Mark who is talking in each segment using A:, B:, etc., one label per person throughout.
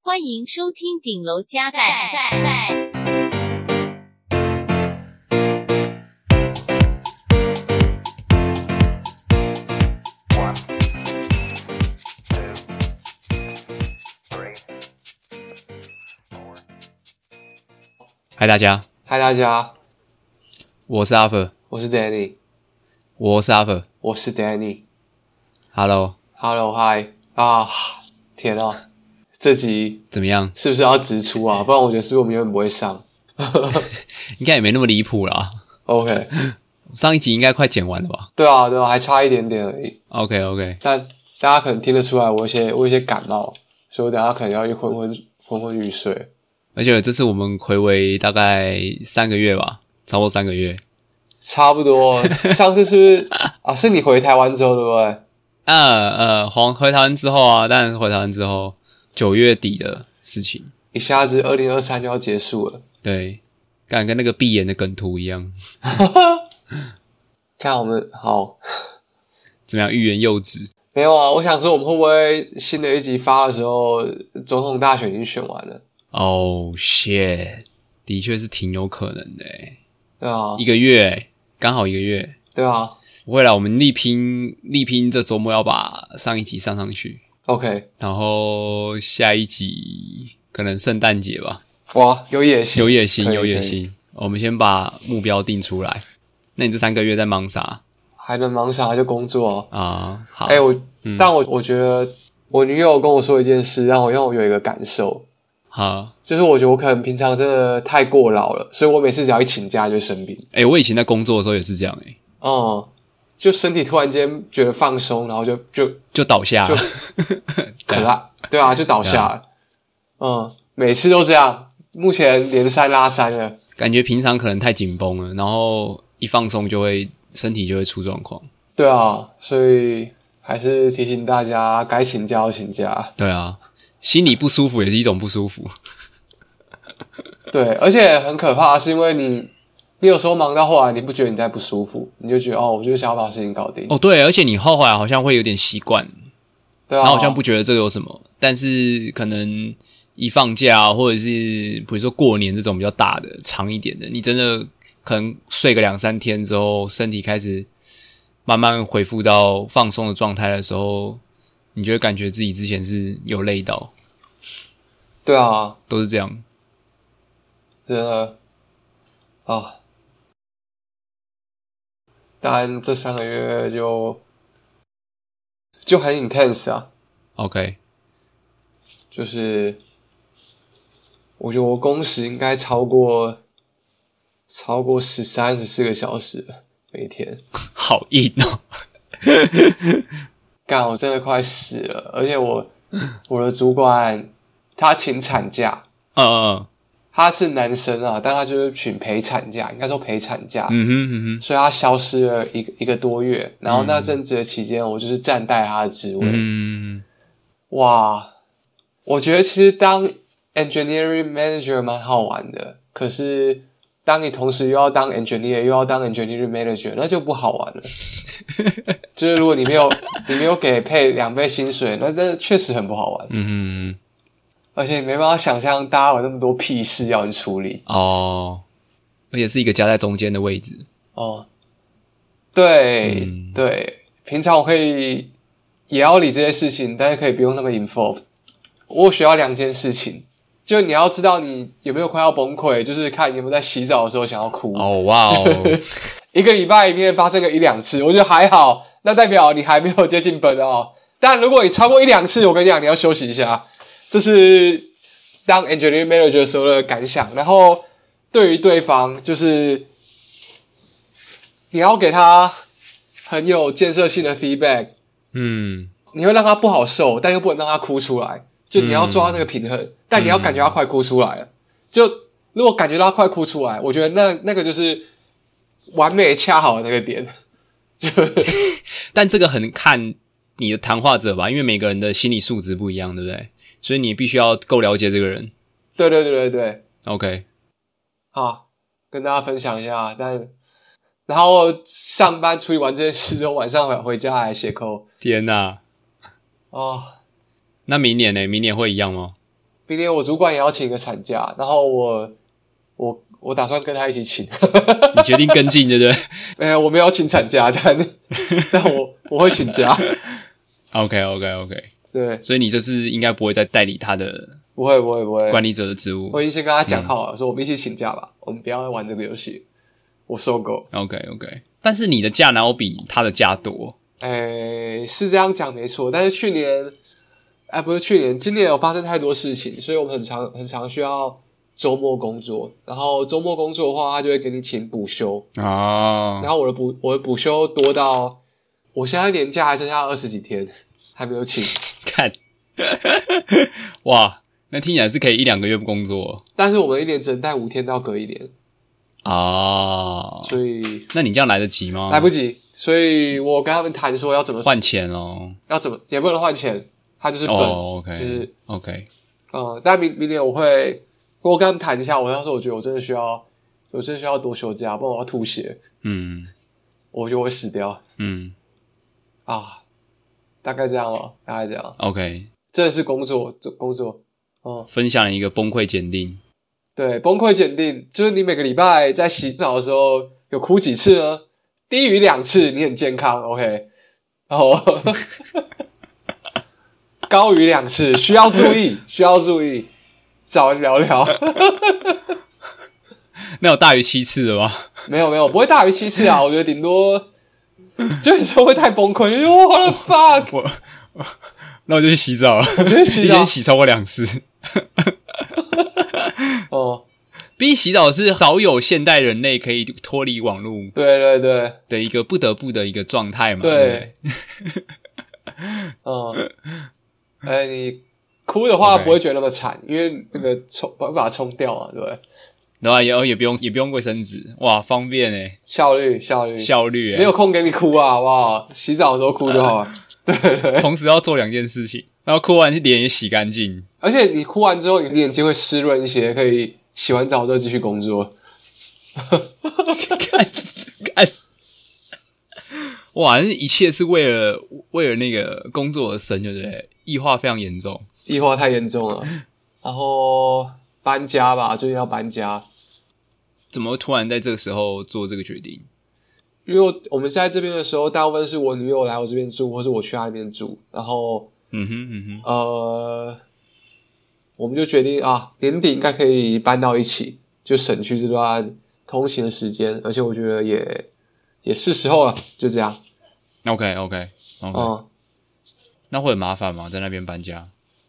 A: 欢迎收听顶楼加盖。
B: 嗨，大家，
C: 嗨，大家，
B: 我是阿 l
C: 我是 Danny，
B: 我是阿 l
C: 我是 Danny。
B: Hello，
C: Hello，嗨啊！天啊，这集
B: 怎么样？
C: 是不是要直出啊？不然我觉得是不是我们永远不会上
B: 应该也没那么离谱啦。
C: ？OK，
B: 上一集应该快剪完了吧
C: 对啊，对啊，还差一点点而已。
B: ？OK OK，
C: 但大家可能听得出来，我有一些我有一些感冒，所以我等一下可能要一昏昏昏昏欲睡。
B: 而且这是我们暌违大概三个月吧，差不多三个月。
C: 差不多，上次是不是啊？是你回台湾之后对不对？
B: 呃呃，黄回台湾之后啊，但回台湾之后九月底的事情，
C: 一下子二零二三就要结束了。
B: 对，感跟那个闭眼的梗图一样，
C: 看我们好
B: 怎么样？欲言又止。
C: 没有啊？我想说，我们会不会新的一集发的时候，总统大选已经选完了？
B: 哦、shit，的确是挺有可能的欸，
C: 对啊
B: 一，个月刚好一个月。
C: 对啊
B: 不会啦，我们力拼力拼，这周末要把上一集上上去，
C: ，OK，
B: 然后下一集可能圣诞节吧，
C: 哇，有野心，
B: 有野心，
C: 可以
B: 有野，
C: 可以
B: 心。我们先把目标定出来。那你这三个月在忙啥
C: 还能忙啥就工作啊、
B: 啊？好，
C: 哎、我，但我我觉得我女友跟我说一件事，让我让我有一个感受，
B: 好，
C: 就是我觉得我可能平常真的太过劳了，所以我每次只要一请假就生病，
B: 哎、我以前在工作的时候也是这样、哎，
C: 哦、就身体突然间觉得放松，然后就就
B: 就倒下了
C: 就，可拉，对啊，就倒下了，嗯，每次都这样，目前连三拉三了，
B: 感觉平常可能太紧绷了，然后一放松就会身体就会出状况。
C: 对啊，所以还是提醒大家，该请假要请假。
B: 对啊，心里不舒服也是一种不舒服。
C: 对，而且很可怕，是因为你，你有时候忙到后来，你不觉得你在不舒服，你就觉得哦，我就是想要把事情搞定。
B: 哦，对，而且你后来好像会有点习惯，
C: 对啊，
B: 然后好像不觉得这有什么，但是可能一放假或者是比如说过年这种比较大的、长一点的，你真的可能睡个两三天之后，身体开始慢慢恢复到放松的状态的时候，你就会感觉自己之前是有累到，
C: 对啊，
B: 都是这样。
C: 真的啊。但这三个月就就很 intense 啊，
B: OK，
C: 就是我觉得我工时应该超过超过十三十四个小时了每天。
B: 好硬哦。
C: 干，我真的快死了，而 且我我的主管他请产假，
B: 嗯嗯
C: 他是男生啊，但他就是请陪产假，应该说陪产假，
B: 嗯哼嗯哼
C: 所以他消失了一个一个多月。然后那阵子的期间，我就是暂代他的职位。
B: 嗯，
C: 哇，我觉得其实当 engineering manager 蛮好玩的，可是当你同时又要当 engineer 又要当 engineering manager，那就不好玩了。就是如果你没有你没有给配两倍薪水，那那确实很不好玩，
B: 嗯哼
C: 而且你没办法想象大家有那么多屁事要去处理
B: 哦，而且是一个夹在中间的位置。
C: 哦。对、
B: 嗯
C: 对，平常我可以也要理这些事情，但是可以不用那么 involved。我学到两件事情，就你要知道你有没有快要崩溃，就是看你有没有在洗澡的时候想要哭。
B: 哦哇哦，
C: 一个礼拜里面发生个一两次，我觉得还好，那代表你还没有接近本哦。但如果你超过一两次，我跟你讲，你要休息一下。这是当 engineering manager 的时候的感想。然后对于对方，就是你要给他很有建设性的 feedback，
B: 嗯
C: 你会让他不好受，但又不能让他哭出来。就你要抓那个平衡，但你要感觉他快哭出来了。就如果感觉到他快哭出来，我觉得那那个就是完美恰好的那个点。 就
B: 但这个很看你的谈话者吧，因为每个人的心理素质不一样，对不对？所以你必须要够了解这个人。
C: 对对对对对，
B: OK，
C: 好，跟大家分享一下。但然后上班处理完这些事之后，晚上回回家来写扣
B: 天哪、
C: 哦。
B: 那明年呢？明年会一样吗？
C: 明年我主管也要请一个产假，然后我我我打算跟他一起请，
B: 你决定跟进，对不对
C: 没有，我没有请产假，但 但我我会请假，
B: ？OK OK OK，
C: 对，
B: 所以你这次应该不会再代理他的
C: 不会不会不会，
B: 管嗯理者的职务
C: 我。已经先跟他讲好了，说我们一起请假吧，我们不要玩这个游戏，我受够。
B: OK OK，但是你的价哪有比他的价多？
C: 诶，是这样讲没错，但是去年，哎，不是去年，今年有发生太多事情，所以我们很常很常需要周末工作。然后周末工作的话，他就会给你请补休。
B: 哦
C: 然，后我的补我的补休多到我现在年假还剩下二十几天，还没有请。
B: 看， 哇，那听起来是可以一两个月不工作
C: 但是我们一年只能带五天到隔一年，
B: 啊、哦。
C: 所以
B: 那你这样来得及吗？
C: 来不及。所以我跟他们谈说要怎么
B: 哦换钱哦。
C: 要怎么也不能换钱，他就是笨，
B: 哦
C: 就
B: ，OK，
C: 是
B: OK，
C: 呃，但明明年我会，我跟他们谈一下，我要说我觉得我真的需要，我真的需要多休假，不然我要吐血，
B: 嗯
C: 我觉得我会死掉
B: 嗯
C: 啊！大概这样哦，大概这样，
B: ，OK，
C: 真的是工作，这工作，哦、
B: 分享一个崩溃检定。
C: 对，崩溃检定就是你每个礼拜在洗澡的时候有哭几次呢？低于两次，你很健康，OK，然后高于两次需要注意，需要注意，找人聊聊。
B: 那有大于七次的吗？
C: 没有没有，不会大于七次啊。我觉得顶多就你说会太崩溃，就是我 的 fuck，
B: 我，那我就去洗澡 了，
C: 我觉得洗
B: 一
C: 澡
B: 天洗超过两次。
C: 哦，
B: 毕竟洗澡是早有现代人类可以脱离网络
C: 对对对
B: 的一个不得不的一个状态嘛。对不
C: 对
B: 对，，
C: 嗯，哎，你哭的话
B: OK
C: 不会觉得那么惨，因为那个冲把把它冲掉啊，对不对？
B: 然后也也不用也不用卫生纸，哇，方便哎，
C: 效率效率，
B: 效率
C: 没
B: 哎
C: 有，空给你哭啊，好 不好？洗澡的时候哭就好了。对对，
B: 同时要做两件事情，然后哭完脸也洗干净。
C: 而且你哭完之后，你的眼睛会湿润一些，可以洗完澡之后继续工作。
B: 看，看，哇，这一切是为了为了那个工作而生，对不对？异化非常严重。
C: 异化太严重了，然后搬家吧，最近要搬家。
B: 怎么会突然在这个时候做这个决定？
C: 因为我我们在这边的时候，大部分是我女友来我这边住，或是我去她那边住，然后
B: 嗯哼嗯哼，
C: 呃，我们就决定啊，年底应该可以搬到一起，就省去这段通勤的时间，而且我觉得也也是时候了，就这样，
B: OK OK OK，、
C: 嗯，
B: 那会很麻烦吗？在那边搬家？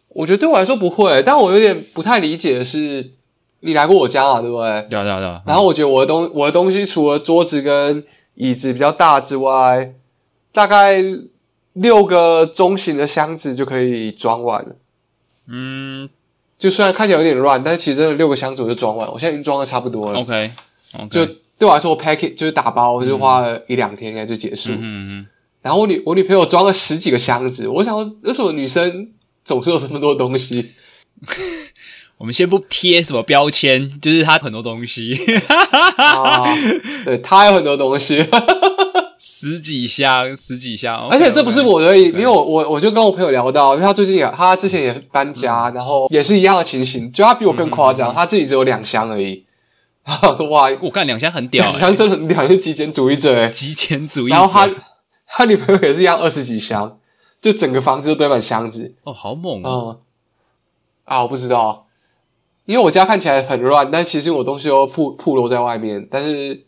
C: 我觉得对我来说不会，但我有点不太理解的是，你来过我家嘛，对不对？
B: 对啊对啊对啊。
C: 然后我觉得我的东我的东西除了桌子跟椅子比较大之外，大概六个中型的箱子就可以装完了。
B: 嗯
C: 就虽然看起来有点乱，但其实真的六个箱子我就装完了，我现在已经装的差不多了。
B: ，OK OK，
C: 就对我来说，我 packet 就是打包，就花了一两天应该就结束。
B: 嗯嗯嗯，
C: 然后我女我女朋友装了十几个箱子，我想说为什么女生总是有这么多东 西？
B: 我们先不贴什么标签，就是它很多东西，
C: 啊，对，她有很多东西。
B: 十几箱十几箱
C: 而且这不是我而已，因为
B: 我
C: 我我我就跟我朋友聊到，因为他最近也他之前也搬家，
B: 嗯
C: 然后也是一样的情形，就他比我更夸张，他自己只有两箱而已。 然后我说哇，
B: 我干两箱很嗯屌、
C: 两
B: 欸，
C: 箱真的很屌，是极简主义者欸。
B: 极简主义者。
C: 然后他他女朋友也是一样，二十几箱，就整个房子都堆满箱子。
B: 哦，好猛哦！
C: 嗯，啊，我不知道，因为我家看起来很乱，但其实我东西都铺铺露在外面，但是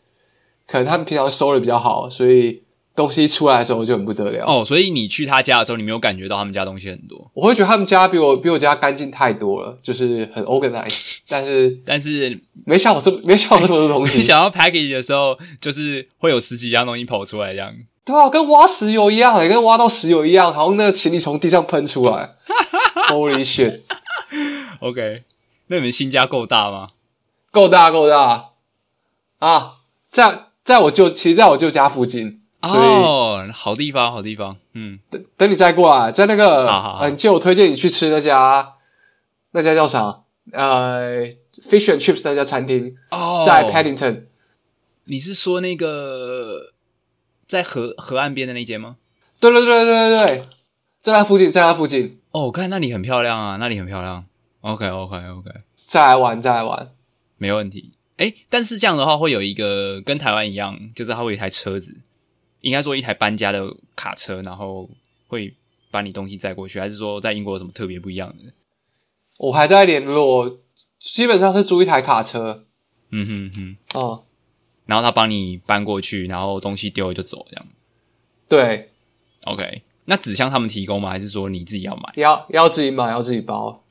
C: 可能他们平常收的比较好，所以东西出来的时候就很不得了。
B: 哦，所以你去他家的时候，你没有感觉到他们家东西很多，
C: 我会觉得他们家比我比我家干净太多了，就是很 organized，但是
B: 但是
C: 没想我这没想我这么多东
B: 你
C: 西，
B: 想要 package 的时候，就是会有十几样东西跑出来这样。
C: 对啊，跟挖石油一样，欸跟挖到石油一样，好像那个行李从地上喷 出来，Holy shit，
B: OK，那你们新家够大吗？
C: 够大够大啊！在在我舅，其实在我舅家附近，所以、
B: 哦，好地方，好地方。嗯，
C: 等等你再过来，在那个，
B: 好好好
C: 呃你记得我推荐你去吃那家，那家叫啥？呃，Fish and Chips 那家餐厅，
B: 哦
C: 在 Paddington。
B: 你是说那个在河河岸边的那间吗？
C: 对对对对对对，在那附近，在那附近。
B: 哦，我看那里很漂亮啊，那里很漂亮。 OK OK OK，
C: 再来玩，再来玩。
B: 没问题。哎，但是这样的话会有一个跟台湾一样，就是它会有一台车子，应该说一台搬家的卡车，然后会把你东西载过去，还是说在英国有什么特别不一样的？
C: 我还在联络，基本上是租一台卡车。
B: 嗯哼哼，
C: 哦、
B: 然后他帮你搬过去，然后东西丢了就走这样。
C: 对，
B: OK，那纸箱他们提供吗？还是说你自己要买？
C: 要要自己买，要自己包，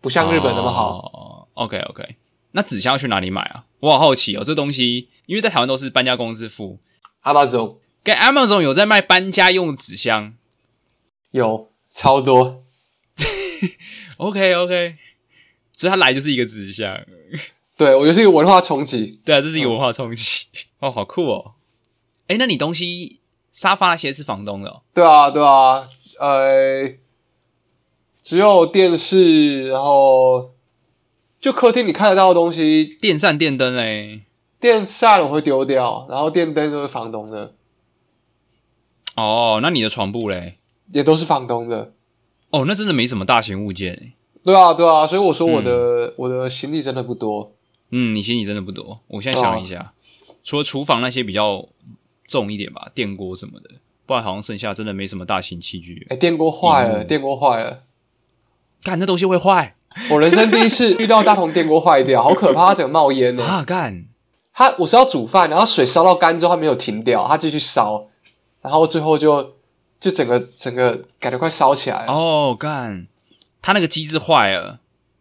C: 不像日本那么好。
B: 哦、OK OK，那纸箱要去哪里买啊？我好好奇哦，这东西因为在台湾都是搬家公司付，
C: Amazon
B: 跟 Amazon 有在卖搬家用的纸箱。
C: 有超多，
B: OK OK，所以他来就是一个纸箱，
C: 对我觉得是一个文化冲击。
B: 对啊，这是一个文化冲击、哦，好酷哦。哎，那你东西沙发那些是房东的、哦？
C: 对啊，对啊，呃，只有电视，然后就客厅你看得到的东西，
B: 电扇、电灯嘞？
C: 电扇我会丢掉，然后电灯都是房东的，
B: 哦，那你的床布嘞？
C: 也都是房东的。
B: 哦，那真的没什么大型物件欸。
C: 对啊，对啊，所以我说我的、我的行李真的不多。
B: 嗯，你行李真的不多。我现在想了一下，除了厨房那些比较重一点吧，电锅什么的，不然好像剩下真的没什么大型器具了。
C: 哎，电锅坏了，
B: 嗯
C: 电锅坏了，
B: 干，那东西会坏
C: 我人生第一次遇到大同电锅坏掉，好可怕，它整个冒烟呢、
B: 啊！干，
C: 它我是要煮饭，然后水烧到干之后，它没有停掉，它继续烧，然后最后就就整个整个感觉快烧起来了。
B: 哦干，它那个机制坏了，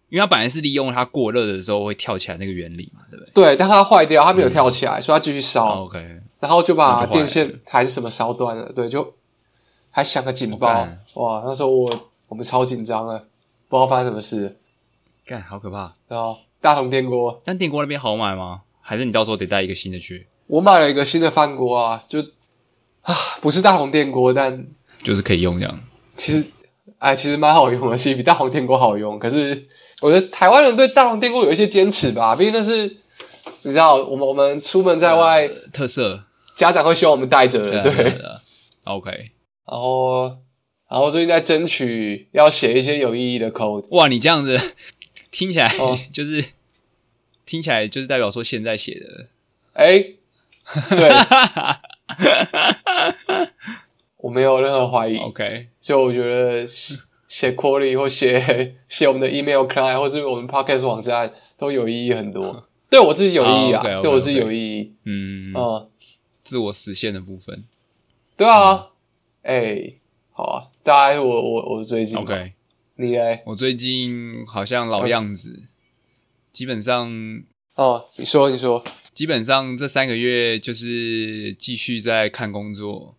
B: 因为它本来是利用它过热的时候会跳起来那个原理嘛，对哦不对、
C: 对，但它坏掉，它没有跳起来，所以它继续烧，
B: o k
C: 然后就
B: 嗯那
C: 把
B: 就坏了
C: 电线还是什么烧断了。对，就还响个警报
B: 我看，
C: 哇！那时候我我们超紧张了，不知道发生什么事。
B: 干好可怕。
C: 然后大同电锅，
B: 但电锅那边好买吗？还是你到时候得带一个新的去？
C: 我买了一个新的饭锅啊，就啊不是大同电锅，但
B: 就是可以用这样。
C: 其实，哎，其实蛮好用的，其实比大红电锅好用。可是，我觉得台湾人对大红电锅有一些坚持吧，毕竟那是你知道，我们我们出门在外，
B: 呃特色，
C: 家长会希望我们带着
B: 对
C: 的，
B: 啊对啊对
C: 对。
B: 啊，OK。
C: 然后，然后最近在争取要写一些有意义的 code。
B: 哇，你这样子 听起来
C: 哦
B: 就是、听起来就是代表说现在写的，
C: 哎， 对，我没有任何怀疑，
B: OK，
C: 所以我觉得写写 query 或写 写我们的 email client 或是我们 podcast 网站都有意义很多，对我自己有意义啊，
B: 哦，OK，OK，OK
C: 对我自己有意义。
B: 嗯，
C: 嗯，
B: 自我实现的部分
C: 对啊，哎、好啊，大概是我我我最近吧
B: ，OK。
C: 你嘞？
B: 我最近好像老样子，基本上
C: 哦，你说你说，
B: 基本上这三个月就是继续在看工作，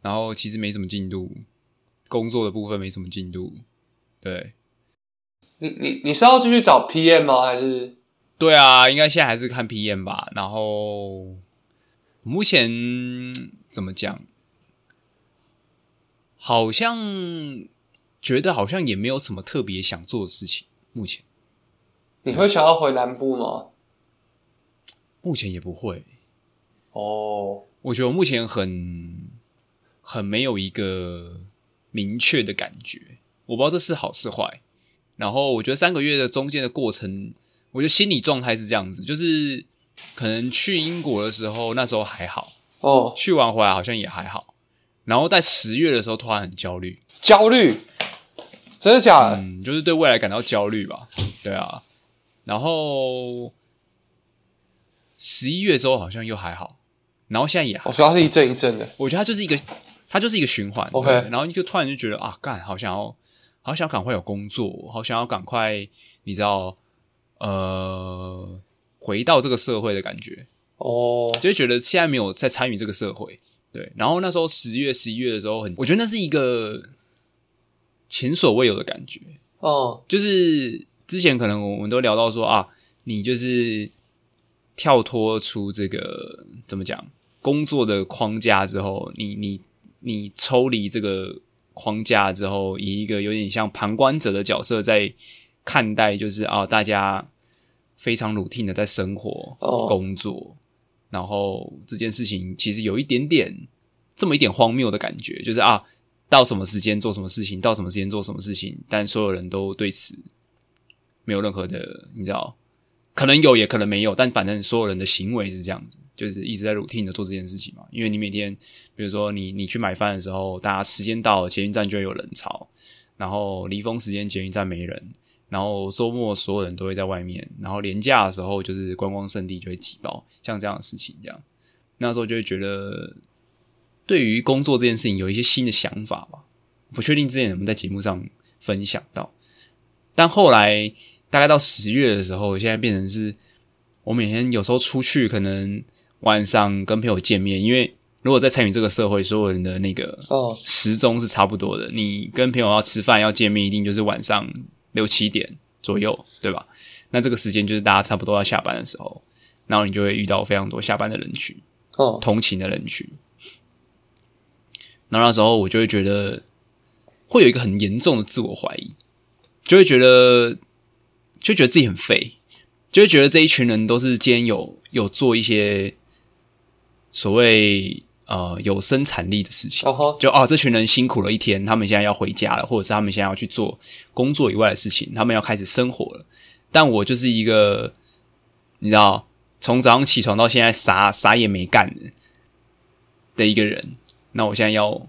B: 然后其实没什么进度，工作的部分没什么进度，对。
C: 你你你是要继续找 PM 吗？还是
B: 对啊，应该现在还是看 PM 吧。然后目前嗯怎么讲，好像觉得好像也没有什么特别想做的事情。目前
C: 你会想要回南部吗？
B: 目前也不会，
C: 哦，
B: 我觉得我目前很很没有一个明确的感觉，我不知道这是好是坏。然后我觉得三个月的中间的过程，我觉得心理状态是这样子，就是可能去英国的时候，那时候还好，
C: 哦，
B: 去完回来好像也还好。然后在十月的时候突然很焦虑，
C: 焦虑，真的假的？
B: 嗯，就是对未来感到焦虑吧，对啊。然后十一月之后好像又还好，然后现在也还
C: 我
B: 好，
C: 说它是一阵一阵的，
B: 我觉得它就是一个，它就是一个循环。
C: OK
B: 对然后你就突然就觉得啊，干，好想要，好想要赶快有工作，好想要赶快，你知道，呃，回到这个社会的感觉。
C: 哦，
B: 就会觉得现在没有在参与这个社会。对，然后那时候十月、十一月的时候很，我觉得那是一个前所未有的感觉。
C: 哦，
B: 就是之前可能我们都聊到说啊，你就是跳脱出这个怎么讲工作的框架之后，你你你抽离这个框架之后，以一个有点像旁观者的角色在看待，就是啊，大家非常 routine 的在生活、
C: 哦
B: 工作，然后这件事情其实有一点点这么一点荒谬的感觉，就是啊，到什么时间做什么事情，到什么时间做什么事情，但所有人都对此没有任何的，你知道，可能有也可能没有，但反正所有人的行为是这样子，就是一直在 routine 的做这件事情嘛。因为你每天，比如说你你去买饭的时候，大家时间到了，捷运站就会有人潮，然后离峰时间捷运站没人，然后周末所有人都会在外面，然后廉价的时候就是观光胜地就会挤爆，像这样的事情这样。那时候就会觉得，对于工作这件事情有一些新的想法吧。不确定之前有没有在节目上分享到，但后来大概到十月的时候，现在变成是我每天有时候出去，可能晚上跟朋友见面，因为如果在参与这个社会，所有人的那个
C: 哦
B: 时钟是差不多的。你跟朋友要吃饭要见面，一定就是晚上六七点左右，对吧？那这个时间就是大家差不多要下班的时候，然后你就会遇到非常多下班的人群。
C: 哦，
B: 同情的人群。然后那时候我就会觉得，会有一个很严重的自我怀疑，就会觉得，就会觉得自己很废，就会觉得这一群人都是今天有有做一些所谓呃有生产力的事情
C: 哦，吼，
B: 就哦，这群人辛苦了一天，他们现在要回家了，或者是他们现在要去做工作以外的事情，他们要开始生活了。但我就是一个，你知道，从早上起床到现在啥啥也没干的的一个人。那我现在要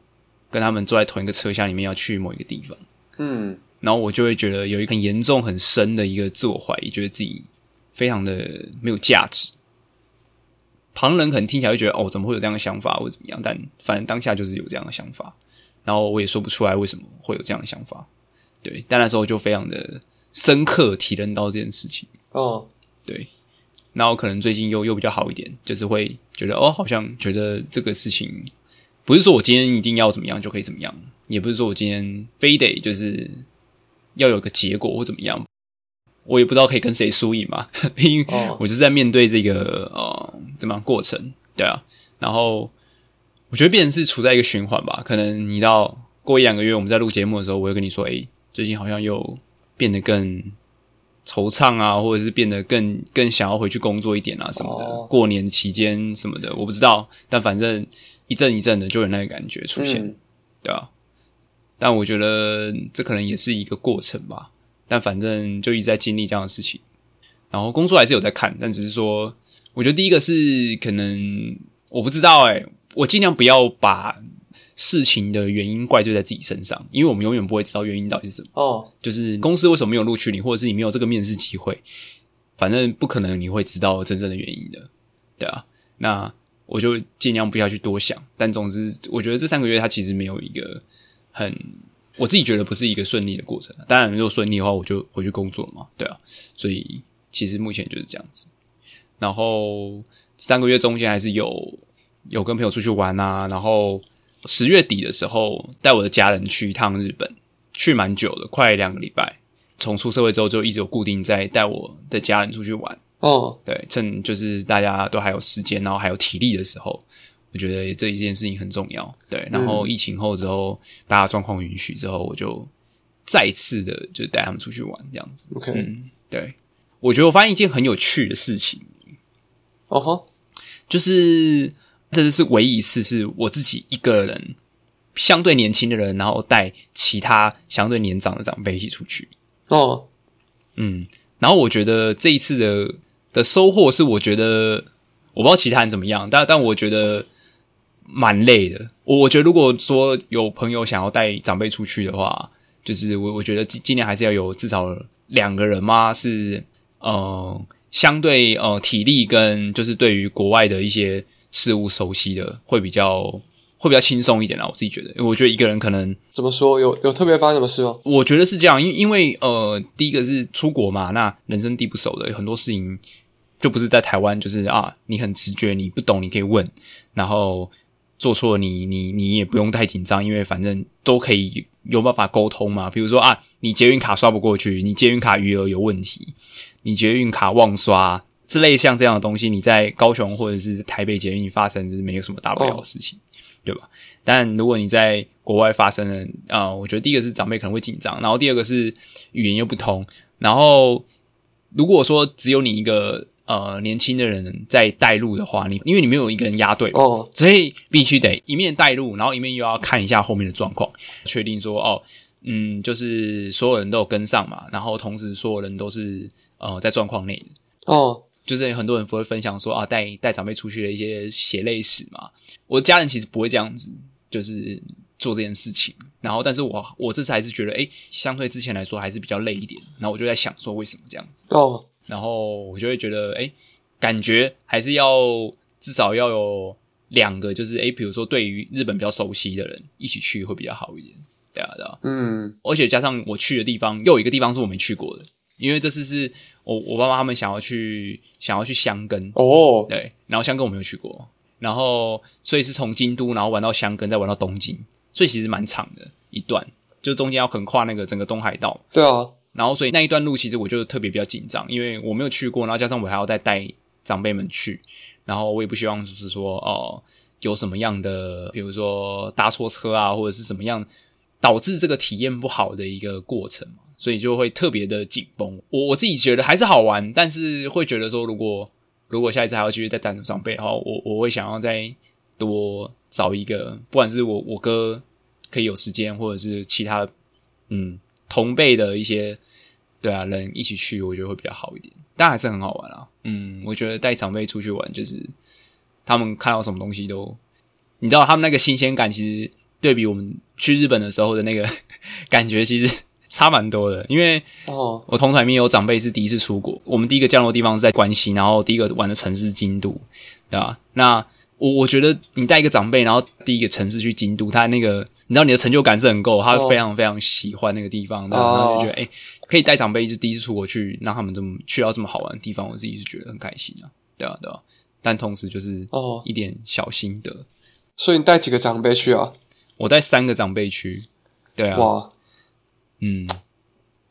B: 跟他们坐在同一个车厢里面，要去某一个地方，
C: 嗯，
B: 然后我就会觉得有一个很严重、很深的一个自我怀疑，觉得自己非常的没有价值。旁人可能听起来会觉得哦，怎么会有这样的想法或者怎么样？但反正当下就是有这样的想法，然后我也说不出来为什么会有这样的想法。对，但那时候就非常的深刻体认到这件事情。
C: 哦，
B: 对，那我可能最近又又比较好一点，就是会觉得哦，好像觉得这个事情不是说我今天一定要怎么样就可以怎么样，也不是说我今天非得就是要有个结果或怎么样，我也不知道可以跟谁输赢嘛， 毕竟
C: 哦
B: 我就是在面对这个呃怎么样过程，对啊，然后我觉得变成是处在一个循环吧，可能你到过一两个月我们在录节目的时候，我会跟你说，诶，最近好像又变得更惆怅啊，或者是变得更更想要回去工作一点啊什么的。
C: 哦
B: 过年期间什么的，我不知道，但反正一阵一阵的就有那个感觉出现，
C: 嗯
B: 对啊。但我觉得这可能也是一个过程吧。但反正就一直在经历这样的事情，然后工作还是有在看，但只是说，我觉得第一个是可能我不知道哎、我尽量不要把事情的原因怪罪在自己身上，因为我们永远不会知道原因到底是什么。
C: 哦，
B: 就是公司为什么没有录取你，或者是你没有这个面试机会，反正不可能你会知道真正的原因的，对啊。那我就尽量不要去多想，但总之，我觉得这三个月它其实没有一个很，我自己觉得不是一个顺利的过程。啊当然，如果顺利的话，我就回去工作了嘛，对啊。所以其实目前就是这样子。然后三个月中间还是有有跟朋友出去玩啊，然后十月底的时候带我的家人去一趟日本，去蛮久的，快两个礼拜。从出社会之后就一直有固定在带我的家人出去玩，
C: 哦，
B: 对，趁就是大家都还有时间，然后还有体力的时候，我觉得这一件事情很重要。对，然后疫情后之后，大家状况允许之后，我就再次的就带他们出去玩这样子。
C: OK
B: 嗯，对，我觉得我发现一件很有趣的事情，
C: 哦吼，
B: 就是这是唯一一次是我自己一个人，相对年轻的人，然后带其他相对年长的长辈一起出去。
C: 哦，
B: 嗯，然后我觉得这一次的的收获是，我觉得我不知道其他人怎么样，但但我觉得蛮累的。我我觉得如果说有朋友想要带长辈出去的话，就是我我觉得今今年还是要有至少两个人嘛，是呃相对呃体力跟就是对于国外的一些事物熟悉的，会比较会比较轻松一点啦。我自己觉得，因为我觉得一个人可能
C: 怎么说？有有特别发生什么事吗？
B: 我觉得是这样，因因为呃，第一个是出国嘛，那人生地不熟的，很多事情就不是在台湾，就是啊，你很直觉，你不懂你可以问，然后做错你你你也不用太紧张，因为反正都可以有办法沟通嘛。 比如说啊，你捷运卡刷不过去，你捷运卡余额有问题，你捷运卡忘刷之类像这样的东西，你在高雄或者是台北捷运发生，就是没有什么大不了的事情。 对吧？但如果你在国外发生了，啊，我觉得第一个是长辈可能会紧张，然后第二个是语言又不通，然后如果说只有你一个呃年轻的人在带路的话，你因为你没有一个人压队嘛，
C: 哦，
B: 所以必须得一面带路，然后一面又要看一下后面的状况，确定说哦，嗯，就是所有人都有跟上嘛，然后同时所有人都是呃在状况内的，
C: 哦，
B: 就是很多人不会分享说啊带带长辈出去的一些血泪史嘛。我家人其实不会这样子，就是做这件事情。然后，但是我我这次还是觉得，哎，相对之前来说还是比较累一点。然后我就在想说，为什么这样子？
C: 哦，
B: 然后我就会觉得，哎，感觉还是要至少要有两个，就是哎，比如说对于日本比较熟悉的人一起去会比较好一点。对啊，对啊。
C: 嗯，
B: 而且加上我去的地方，又有一个地方是我没去过的，因为这次是我我爸妈他们想要去想要去箱根，
C: 哦，
B: 对，然后箱根我没有去过，然后所以是从京都然后玩到箱根，再玩到东京，所以其实蛮长的一段，就中间要横跨那个整个东海道，
C: 对啊，
B: 然后所以那一段路其实我就特别比较紧张，因为我没有去过，然后加上我还要再带长辈们去，然后我也不希望就是说哦有什么样的，比如说搭错车啊，或者是怎么样导致这个体验不好的一个过程嘛，所以就会特别的紧绷。我我自己觉得还是好玩，但是会觉得说如果如果下一次还要继续再带长辈的话，我我会想要再多找一个，不管是我我哥可以有时间，或者是其他嗯同辈的一些对啊人一起去，我觉得会比较好一点。但还是很好玩啊，嗯，我觉得带长辈出去玩，就是他们看到什么东西都，你知道他们那个新鲜感，其实对比我们去日本的时候的那个 感觉，其实差蛮多的，因为。
C: 哦，
B: 我同团里面有长辈是第一次出国，我们第一个降落地方是在关西，然后第一个玩的城市是京都，对吧？那我我觉得你带一个长辈，然后第一个城市去京都，他那个你知道你的成就感是很够，他
C: 哦
B: 非常非常喜欢那个地方，对吧
C: 哦
B: 然后就觉得哎、诶可以带长辈就第一次出国去，让他们这么去到这么好玩的地方，我自己是觉得很开心啊，对啊对啊。但同时就是
C: 哦
B: 一点小心得，
C: 所以你带几个长辈去啊？
B: 我带三个长辈去，对啊，
C: 哇，
B: 嗯，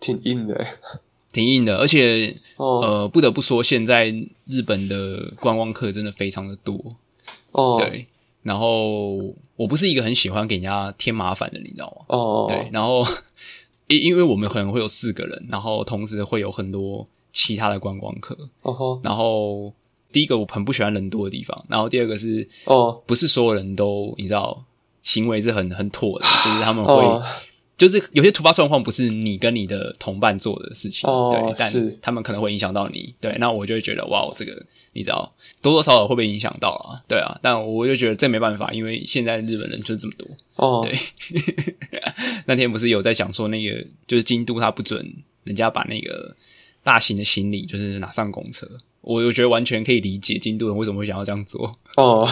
C: 挺硬的欸，
B: 挺硬的，而且
C: 哦，
B: 呃，不得不说，现在日本的观光客真的非常的多，
C: 哦，，
B: 对。然后我不是一个很喜欢给人家添麻烦的，你知道吗？
C: 哦，
B: 对。，然后因因为我们可能会有四个人，然后同时会有很多其他的观光客。
C: 哦吼，
B: 然后第一个我很不喜欢人多的地方，然后第二个是
C: 哦，
B: 不是所有人都你知道行为是很很 妥的，就是他们会、
C: 哦，
B: 就是有些突发状况不是你跟你的同伴做的事情，
C: 哦
B: 对，但
C: 是
B: 他们可能会影响到你，对，那我就会觉得哇，这个你知道多多少少会被影响到啊，对啊，但我就觉得这没办法，因为现在日本人就是这么多。
C: 哦，
B: 对那天不是有在想说那个就是京都他不准人家把那个大型的行李就是拿上公车，我我觉得完全可以理解京都人为什么会想要这样做，
C: 哦，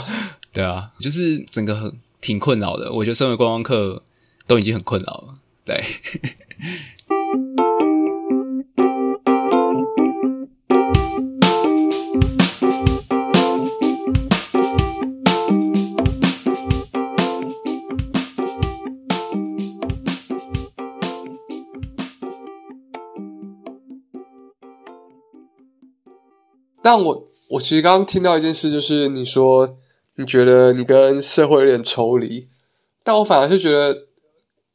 B: 对啊，就是整个很挺困扰的。我觉得身为观光客都已经很困扰了，对。
C: 但我我其实刚刚听到一件事，就是你说你觉得你跟社会有点抽离，但我反而是觉得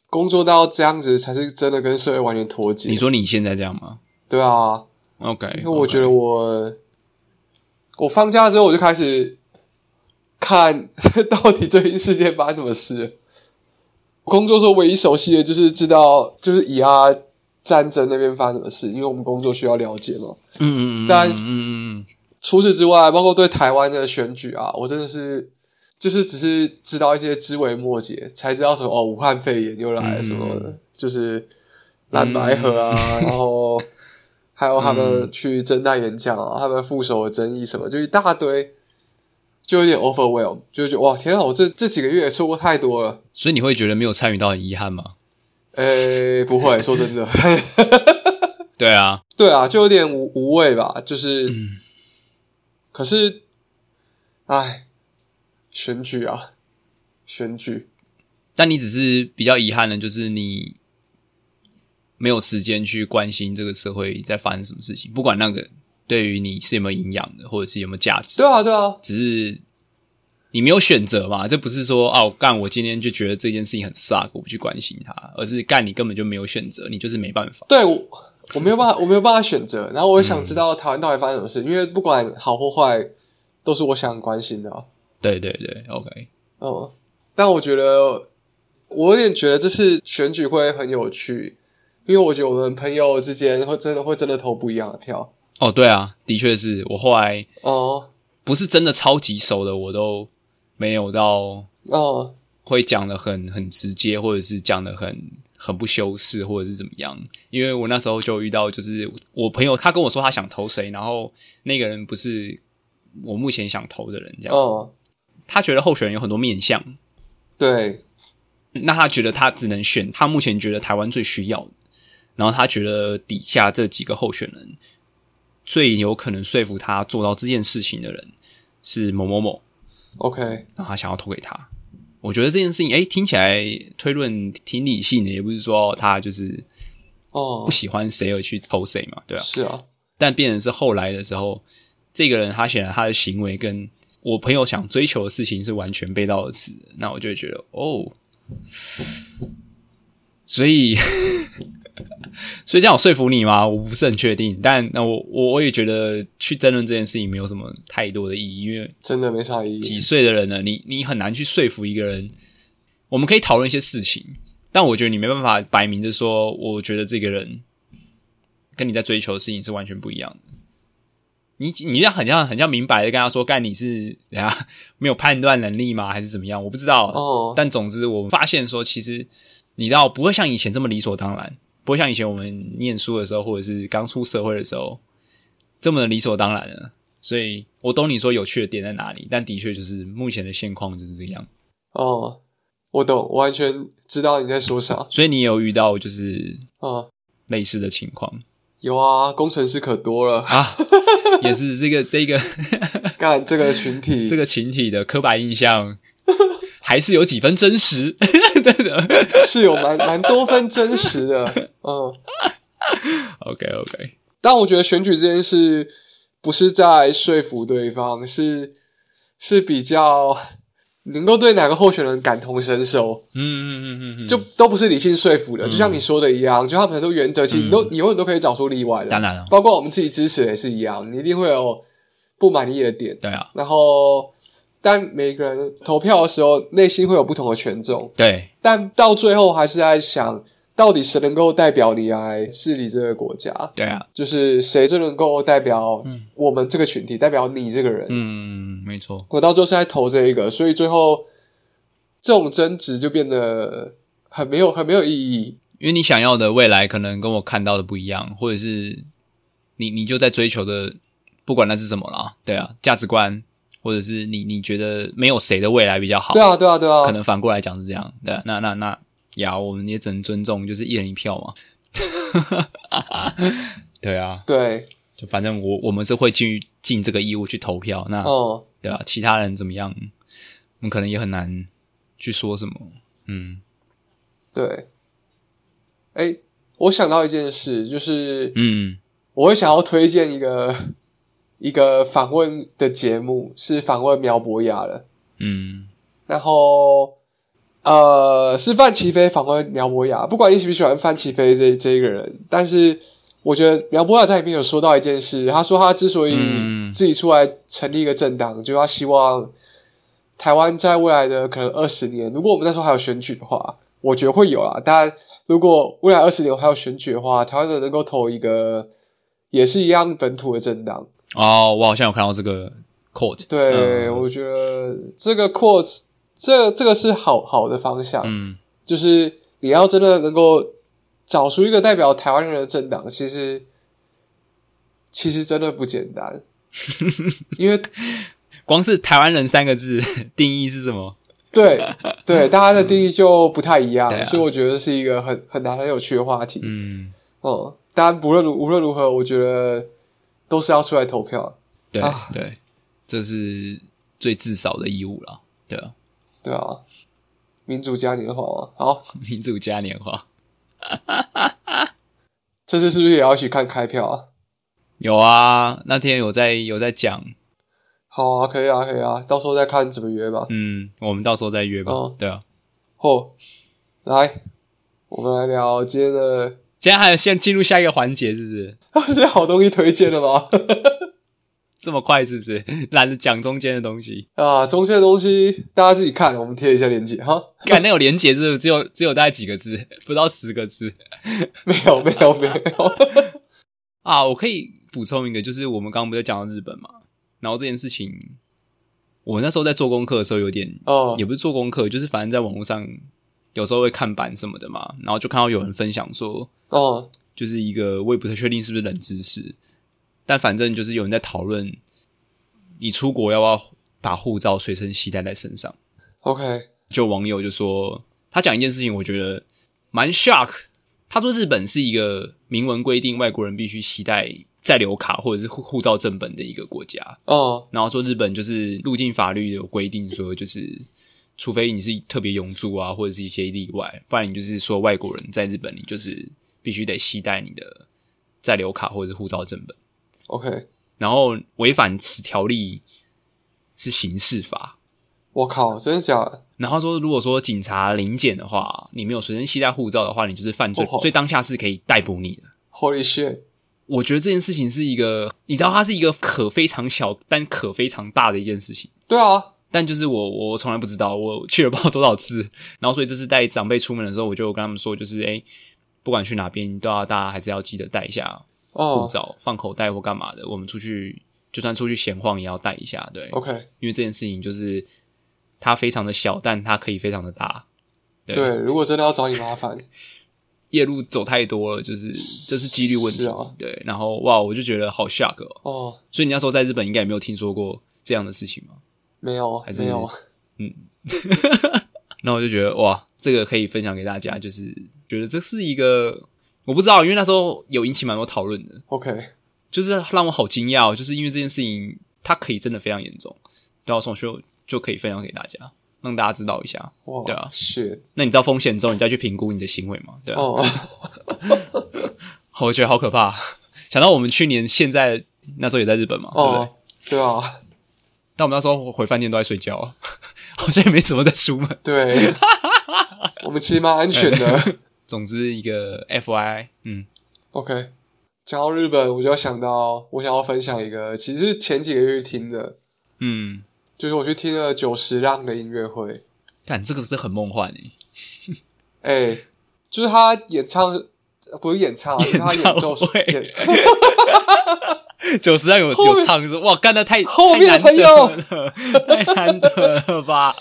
C: 工作到这样子才是真的跟社会完全脱节。
B: 你说你现在这样吗
C: 对啊，
B: ？OK，
C: 因为我觉得我我放假之后我就开始看 到底最近世界发生什么事。工作时候唯一熟悉的就是知道就是以阿战争那边发生什么事，因为我们工作需要了解嘛。
B: 嗯嗯嗯，
C: 但
B: 嗯嗯嗯
C: 除此之外，包括对台湾的选举啊，我真的是就是只是知道一些枝微末节，才知道什么哦，武汉肺炎又来了
B: 嗯
C: 什么的，就是蓝白河啊，然后还有他们去侦探演讲啊，他们副手的争议什么，就一大堆，就有点 overwhelm，就觉得哇，天啊，我这这几个月也错过太多了。
B: 所以你会觉得没有参与到很遗憾吗？
C: 诶，不会，说真的，
B: 对啊，
C: 对啊，就有点无无味吧，就是，可是，哎，选举啊，选举，
B: 但你只是比较遗憾的，就是你没有时间去关心这个社会在发生什么事情，不管那个对于你是有没有营养的，或者是有没有价值，
C: 对啊，对啊，
B: 只是你没有选择嘛，这不是说哦，干我今天就觉得这件事情很 suck，我不去关心它，而是干你根本就没有选择，你就是没办法。
C: 对我我没有办法，我没有办法选择，然后我也想知道台湾到底发生什么事，因为不管好或坏，都是我想关心的啊、嗯
B: 对对对，OK，
C: 哦、但我觉得我有点觉得这次选举会很有趣，因为我觉得我们朋友之间会真的会真的投不一样的票
B: 哦，对啊，的确是我后来
C: 哦
B: 不是真的超级熟的，我都没有到
C: 哦，
B: 会讲的很很直接，或者是讲的很很不修饰，或者是怎么样。因为我那时候就遇到，就是我朋友他跟我说他想投谁，然后那个人不是我目前想投的人，这样、
C: 哦，
B: 他觉得候选人有很多面向，
C: 对，
B: 那他觉得他只能选他目前觉得台湾最需要的，然后他觉得底下这几个候选人最有可能说服他做到这件事情的人是某某某，
C: OK，
B: 然后他想要投给他。我觉得这件事情，哎，听起来推论挺理性的，也不是说他就是
C: 哦
B: 不，喜欢谁而去投谁嘛，对吧、
C: 是啊，
B: 但变成是后来的时候，这个人他显然他的行为跟我朋友想追求的事情是完全背道而驰的，那我就会觉得哦，所以 所以这样有说服你吗？我不是很确定，但那我我我也觉得去争论这件事情没有什么太多的意义，因为
C: 真的没啥意
B: 几
C: 义。
B: 岁的人了，你你很难去说服一个人。我们可以讨论一些事情，但我觉得你没办法摆明着说，我觉得这个人跟你在追求的事情是完全不一样的。你你要很像很像明白的跟他说，干你是怎样没有判断能力吗？还是怎么样？我不知道。
C: 哦
B: 但总之，我发现说，其实你知道不会像以前这么理所当然，不会像以前我们念书的时候，或者是刚出社会的时候这么的理所当然了。所以我懂你说有趣的点在哪里，但的确就是目前的现况就是这样。
C: 哦，我懂，我完全知道你在说啥。
B: 所以你有遇到就是
C: 哦，
B: 类似的情况
C: 有啊，工程师可多了，
B: 啊，也是这个这个
C: 干这个群 体，
B: 这个群体的刻板印象还是有几分真实，对的。
C: 是有蛮蛮多分真实 的。嗯，
B: OK OK，
C: 但我觉得选举这件事不是在说服对方，是是比较能够对哪个候选人感同身受，
B: 嗯嗯嗯嗯嗯，嗯
C: 就都不是理性说服的。就像你说的一样，就他们很多原则，其实你都、你永远都可以找出例外
B: 当
C: 的。
B: 然了，
C: 包括我们自己支持也是一样，你一定会有不满意的点。
B: 对啊，
C: 然后，但每个人投票的时候，内心会有不同的权重，
B: 对，
C: 但到最后还是在想，到底谁能够代表你来治理这个国家？
B: 对啊，
C: 就是谁最能够代表我们这个群体，代表你这个人。
B: 嗯，没错，
C: 我到最后是在投这一个，所以最后这种争执就变得很没有很没有意义。
B: 因为你想要的未来可能跟我看到的不一样，或者是你你就在追求的，不管那是什么啦，对啊，价值观，或者是你你觉得没有谁的未来比较好，
C: 对啊，对啊，对啊，
B: 可能反过来讲是这样，对啊、那那那呀，我们也只能尊重，就是一人一票嘛。 对啊，
C: 对，
B: 就反正我我们是会去尽这个义务去投票，那、
C: 哦、
B: 对啊，其他人怎么样，我们可能也很难去说什么。嗯
C: 对。哎，我想到一件事，就是
B: 嗯，
C: 我会想要推荐一个一个访问的节目，是访问苗博雅的。
B: 嗯，
C: 然后呃是范奇飞访问苗博雅，不管你喜不喜欢范奇飞这这一个人，但是我觉得苗博雅在里面有说到一件事，他说他之所以
B: 嗯
C: 自己出来成立一个政党，就是他希望台湾在未来的可能二十年，如果我们那时候还有选举的话，我觉得会有啦。但如果未来二十年还有选举的话，台湾人能够投一个也是一样本土的政党。
B: 哦，我好像有看到这个 quote，
C: 对，
B: 嗯
C: 我觉得这个 quote 这这个是好好的方向，
B: 嗯
C: 就是你要真的能够找出一个代表台湾人的政党，其实其实真的不简 单，因为
B: 嗯，光是台湾人三个字 定义是什么？
C: 对对大家的定义就不太一样，
B: 对啊
C: 所以我觉得是一个很很难很有趣的话题。
B: 嗯，
C: 嗯，当然不论如无论如何，我觉得都是要出来投票，
B: 对
C: 啊
B: 对，这是最至少的义务了。对啊，
C: 对啊，民主嘉年华嘛，好，
B: 民主嘉年华
C: 这次是不是也要一起看开票啊？
B: 有啊，那天有在有在讲，
C: 好啊，可以啊，可以啊，到时候再看怎么约吧。
B: 嗯，我们到时候再约吧。
C: 哦
B: 对啊，
C: 哦，来，我们来聊今天的，
B: 现在还有现进入下一个环节是不是？
C: 是好东西推荐了吗？
B: 这么快是不是？ 懒得讲中间的东西，
C: 啊，中间的东西大家自己看，我们贴一下链接哈。
B: 看那有连结是不是只有只有大概几个字，不到十个字
C: 没有，没有，没有。
B: 啊！我可以补充一个，就是我们刚刚不是讲到日本嘛，然后这件事情，我那时候在做功课的时候有点
C: 哦
B: 也，不是做功课，就是反正在网络上有时候会看版什么的嘛，然后就看到有人分享说，
C: 哦，
B: 就是一个我也不太确定是不是冷知识，但反正就是有人在讨论，你出国要不要把护照随身携带在身上？
C: OK，
B: 就网友就说，他讲一件事情，我觉得蛮 shock。他说日本是一个明文规定外国人必须携带在留卡或者是护护照正本的一个国家，
C: 哦，
B: 然后说日本就是入境法律有规定说，就是除非你是特别永住啊，或者是一些例外，不然你就是说外国人在日本，你就是必须得携带你的在留卡或者是护照正本，
C: ，OK，
B: 然后违反此条例是刑事法。
C: 我靠，真的假的？
B: 然后说，如果说警察临检的话，你没有随身携带护照的话，你就是犯罪，
C: 哦吼
B: 所以当下是可以逮捕你的。
C: Holy shit！
B: 我觉得这件事情是一个，你知道，它是一个可非常小，但可非常大的一件事情。
C: 对啊，
B: 但就是我我从来不知道，我去了不知道多少次， 然后所以这次带长辈出门的时候，我就跟他们说，就是哎、诶不管去哪边，都要大家还是要记得带一下护
C: 哦
B: 照，放口袋或干嘛的。我们出去就算出去闲晃也要带一下，对，
C: ，OK，
B: 因为这件事情就是它非常的小，但它可以非常的大。对
C: 对，如果真的要找你麻烦，
B: 夜路走太多了，就是这是几率问题。
C: 是啊
B: 对，然后哇，我就觉得好 shock 哦。
C: 哦，
B: 所以你那时候在日本应该也没有听说过这样的事情嘛？
C: 没有
B: 还，是
C: 没有，
B: 那我就觉得哇，这个可以分享给大家，就是觉得这是一个我不知道，因为那时候有引起蛮多讨论的，
C: ，OK，
B: 就是让我好惊讶、哦，就是因为这件事情它可以真的非常严重，对啊，所以我就就可以分享给大家，让大家知道一下。
C: 哇
B: 对啊
C: ，shit，
B: 那你知道风险之后，你再去评估你的行为嘛？对啊，
C: 哦，
B: 好我觉得好可怕。 想到我们去年现在那时候也在日本嘛， 对不对？
C: 哦，对啊，
B: 但我们那时候回饭店都在睡觉啊， 好像也没怎么在出门。
C: 对，我们其实蛮安全
B: 哎
C: 的。
B: 总之，一个 F Y，嗯，
C: OK，讲到日本，我就要想到我想要分享一个，其实是前几个月去听的，
B: 嗯，
C: 就是我去听了久石让的音乐会，
B: 看这个是很梦幻欸诶、
C: 哎、就是他演唱，呃不是演唱，是他
B: 演唱
C: 演奏
B: 会
C: 演
B: 九十让有
C: 后面
B: 有唱是哇，干的太
C: 后面的朋友
B: 太难得了，太难得了吧？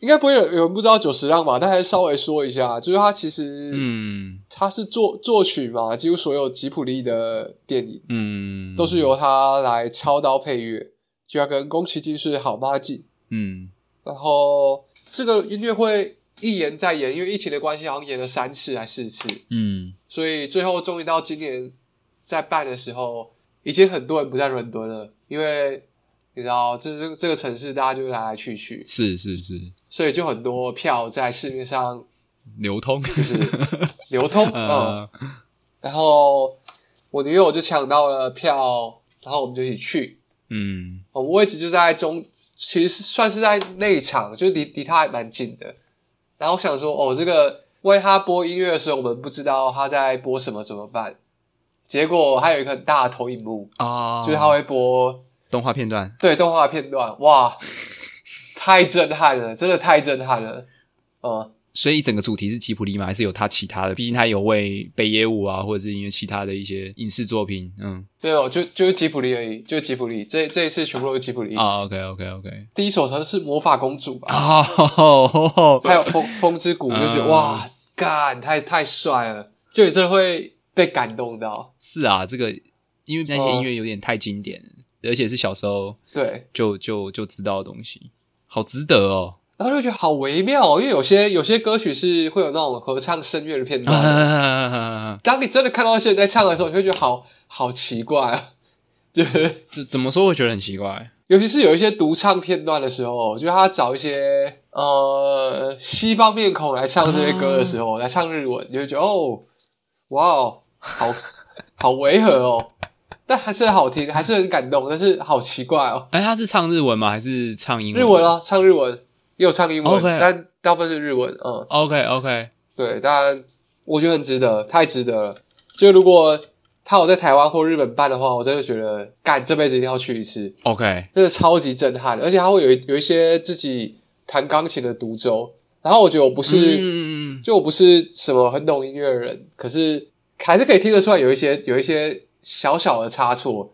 C: 应该不会有有人不知道久石让吧？但还是稍微说一下，就是他其实，，
B: 嗯
C: 他是作作曲嘛，几乎所有吉普力的电影
B: 嗯，
C: 都是由他来操刀配乐，就要跟宫崎骏是好妈鸡。
B: 嗯
C: 然后这个音乐会一延再延，因为疫情的关系，好像延了三次还四次，
B: 嗯
C: 所以最后终于到今年在办的时候，已经很多人不在伦敦了，因为你知道，这这这个城市大家就来来去去，
B: 是是是
C: 所以就很多票在市面上
B: 流通，
C: 就是流通嗯，
B: 呃
C: 然后我女友就抢到了票，然后我们就一起去。
B: 嗯
C: 哦我们位置就在中，其实算是在内场，就离离他还蛮近的。然后我想说，哦，这个为他播音乐的时候，我们不知道他在播什么怎么办？结果还有一个很大的投影幕，
B: 啊，
C: 就是他会播
B: 动画片段，
C: 对动画片段，哇，太震撼了，真的太震撼了，嗯。
B: 所以整个主题是吉普力吗？还是有他其他的？毕竟他有为北野武啊，或者是因为其他的一些影视作品，嗯
C: 没有，哦就就是吉普力而已，就是吉普力。这这一次全部都是吉普力。
B: 啊，OK OK OK，
C: 第一首好像是魔法公主吧，
B: 啊，哦
C: 还有风风之谷，就觉得、
B: 嗯
C: 哇，干太太帅了，就你真的会被感动到。
B: 是啊，这个因为那些音乐有点太经典了，而且是小时候
C: 对，
B: 就就就知道的东西，好值得哦。
C: 然后就觉得好微妙哦，因为有些有些歌曲是会有那种合唱声乐的片段的，
B: 啊，
C: 当你真的看到那些人在唱的时候，你会觉得好好奇怪啊，就是
B: 这怎么说？我觉得很奇怪。
C: 尤其是有一些独唱片段的时候，就是他找一些呃西方面孔来唱这些歌的时候，来唱日文，你会觉得哦，哇哦，好好违和哦，但还是很好听，还是很感动，但是好奇怪哦。
B: 哎，他是唱日文吗？还是唱英文？
C: 日文啊，唱日文也有唱英文
B: OK
C: 但大部分是日文，嗯，
B: OK OK，
C: 对，当然我觉得很值得，太值得了。就如果他有在台湾或日本办的话，我真的觉得干这辈子一定要去一次，
B: OK，
C: 真的超级震撼。而且他会有一有一些自己弹钢琴的独奏，然后我觉得我不是、
B: 嗯，
C: 就我不是什么很懂音乐的人，可是还是可以听得出来有一些有一些小小的差错，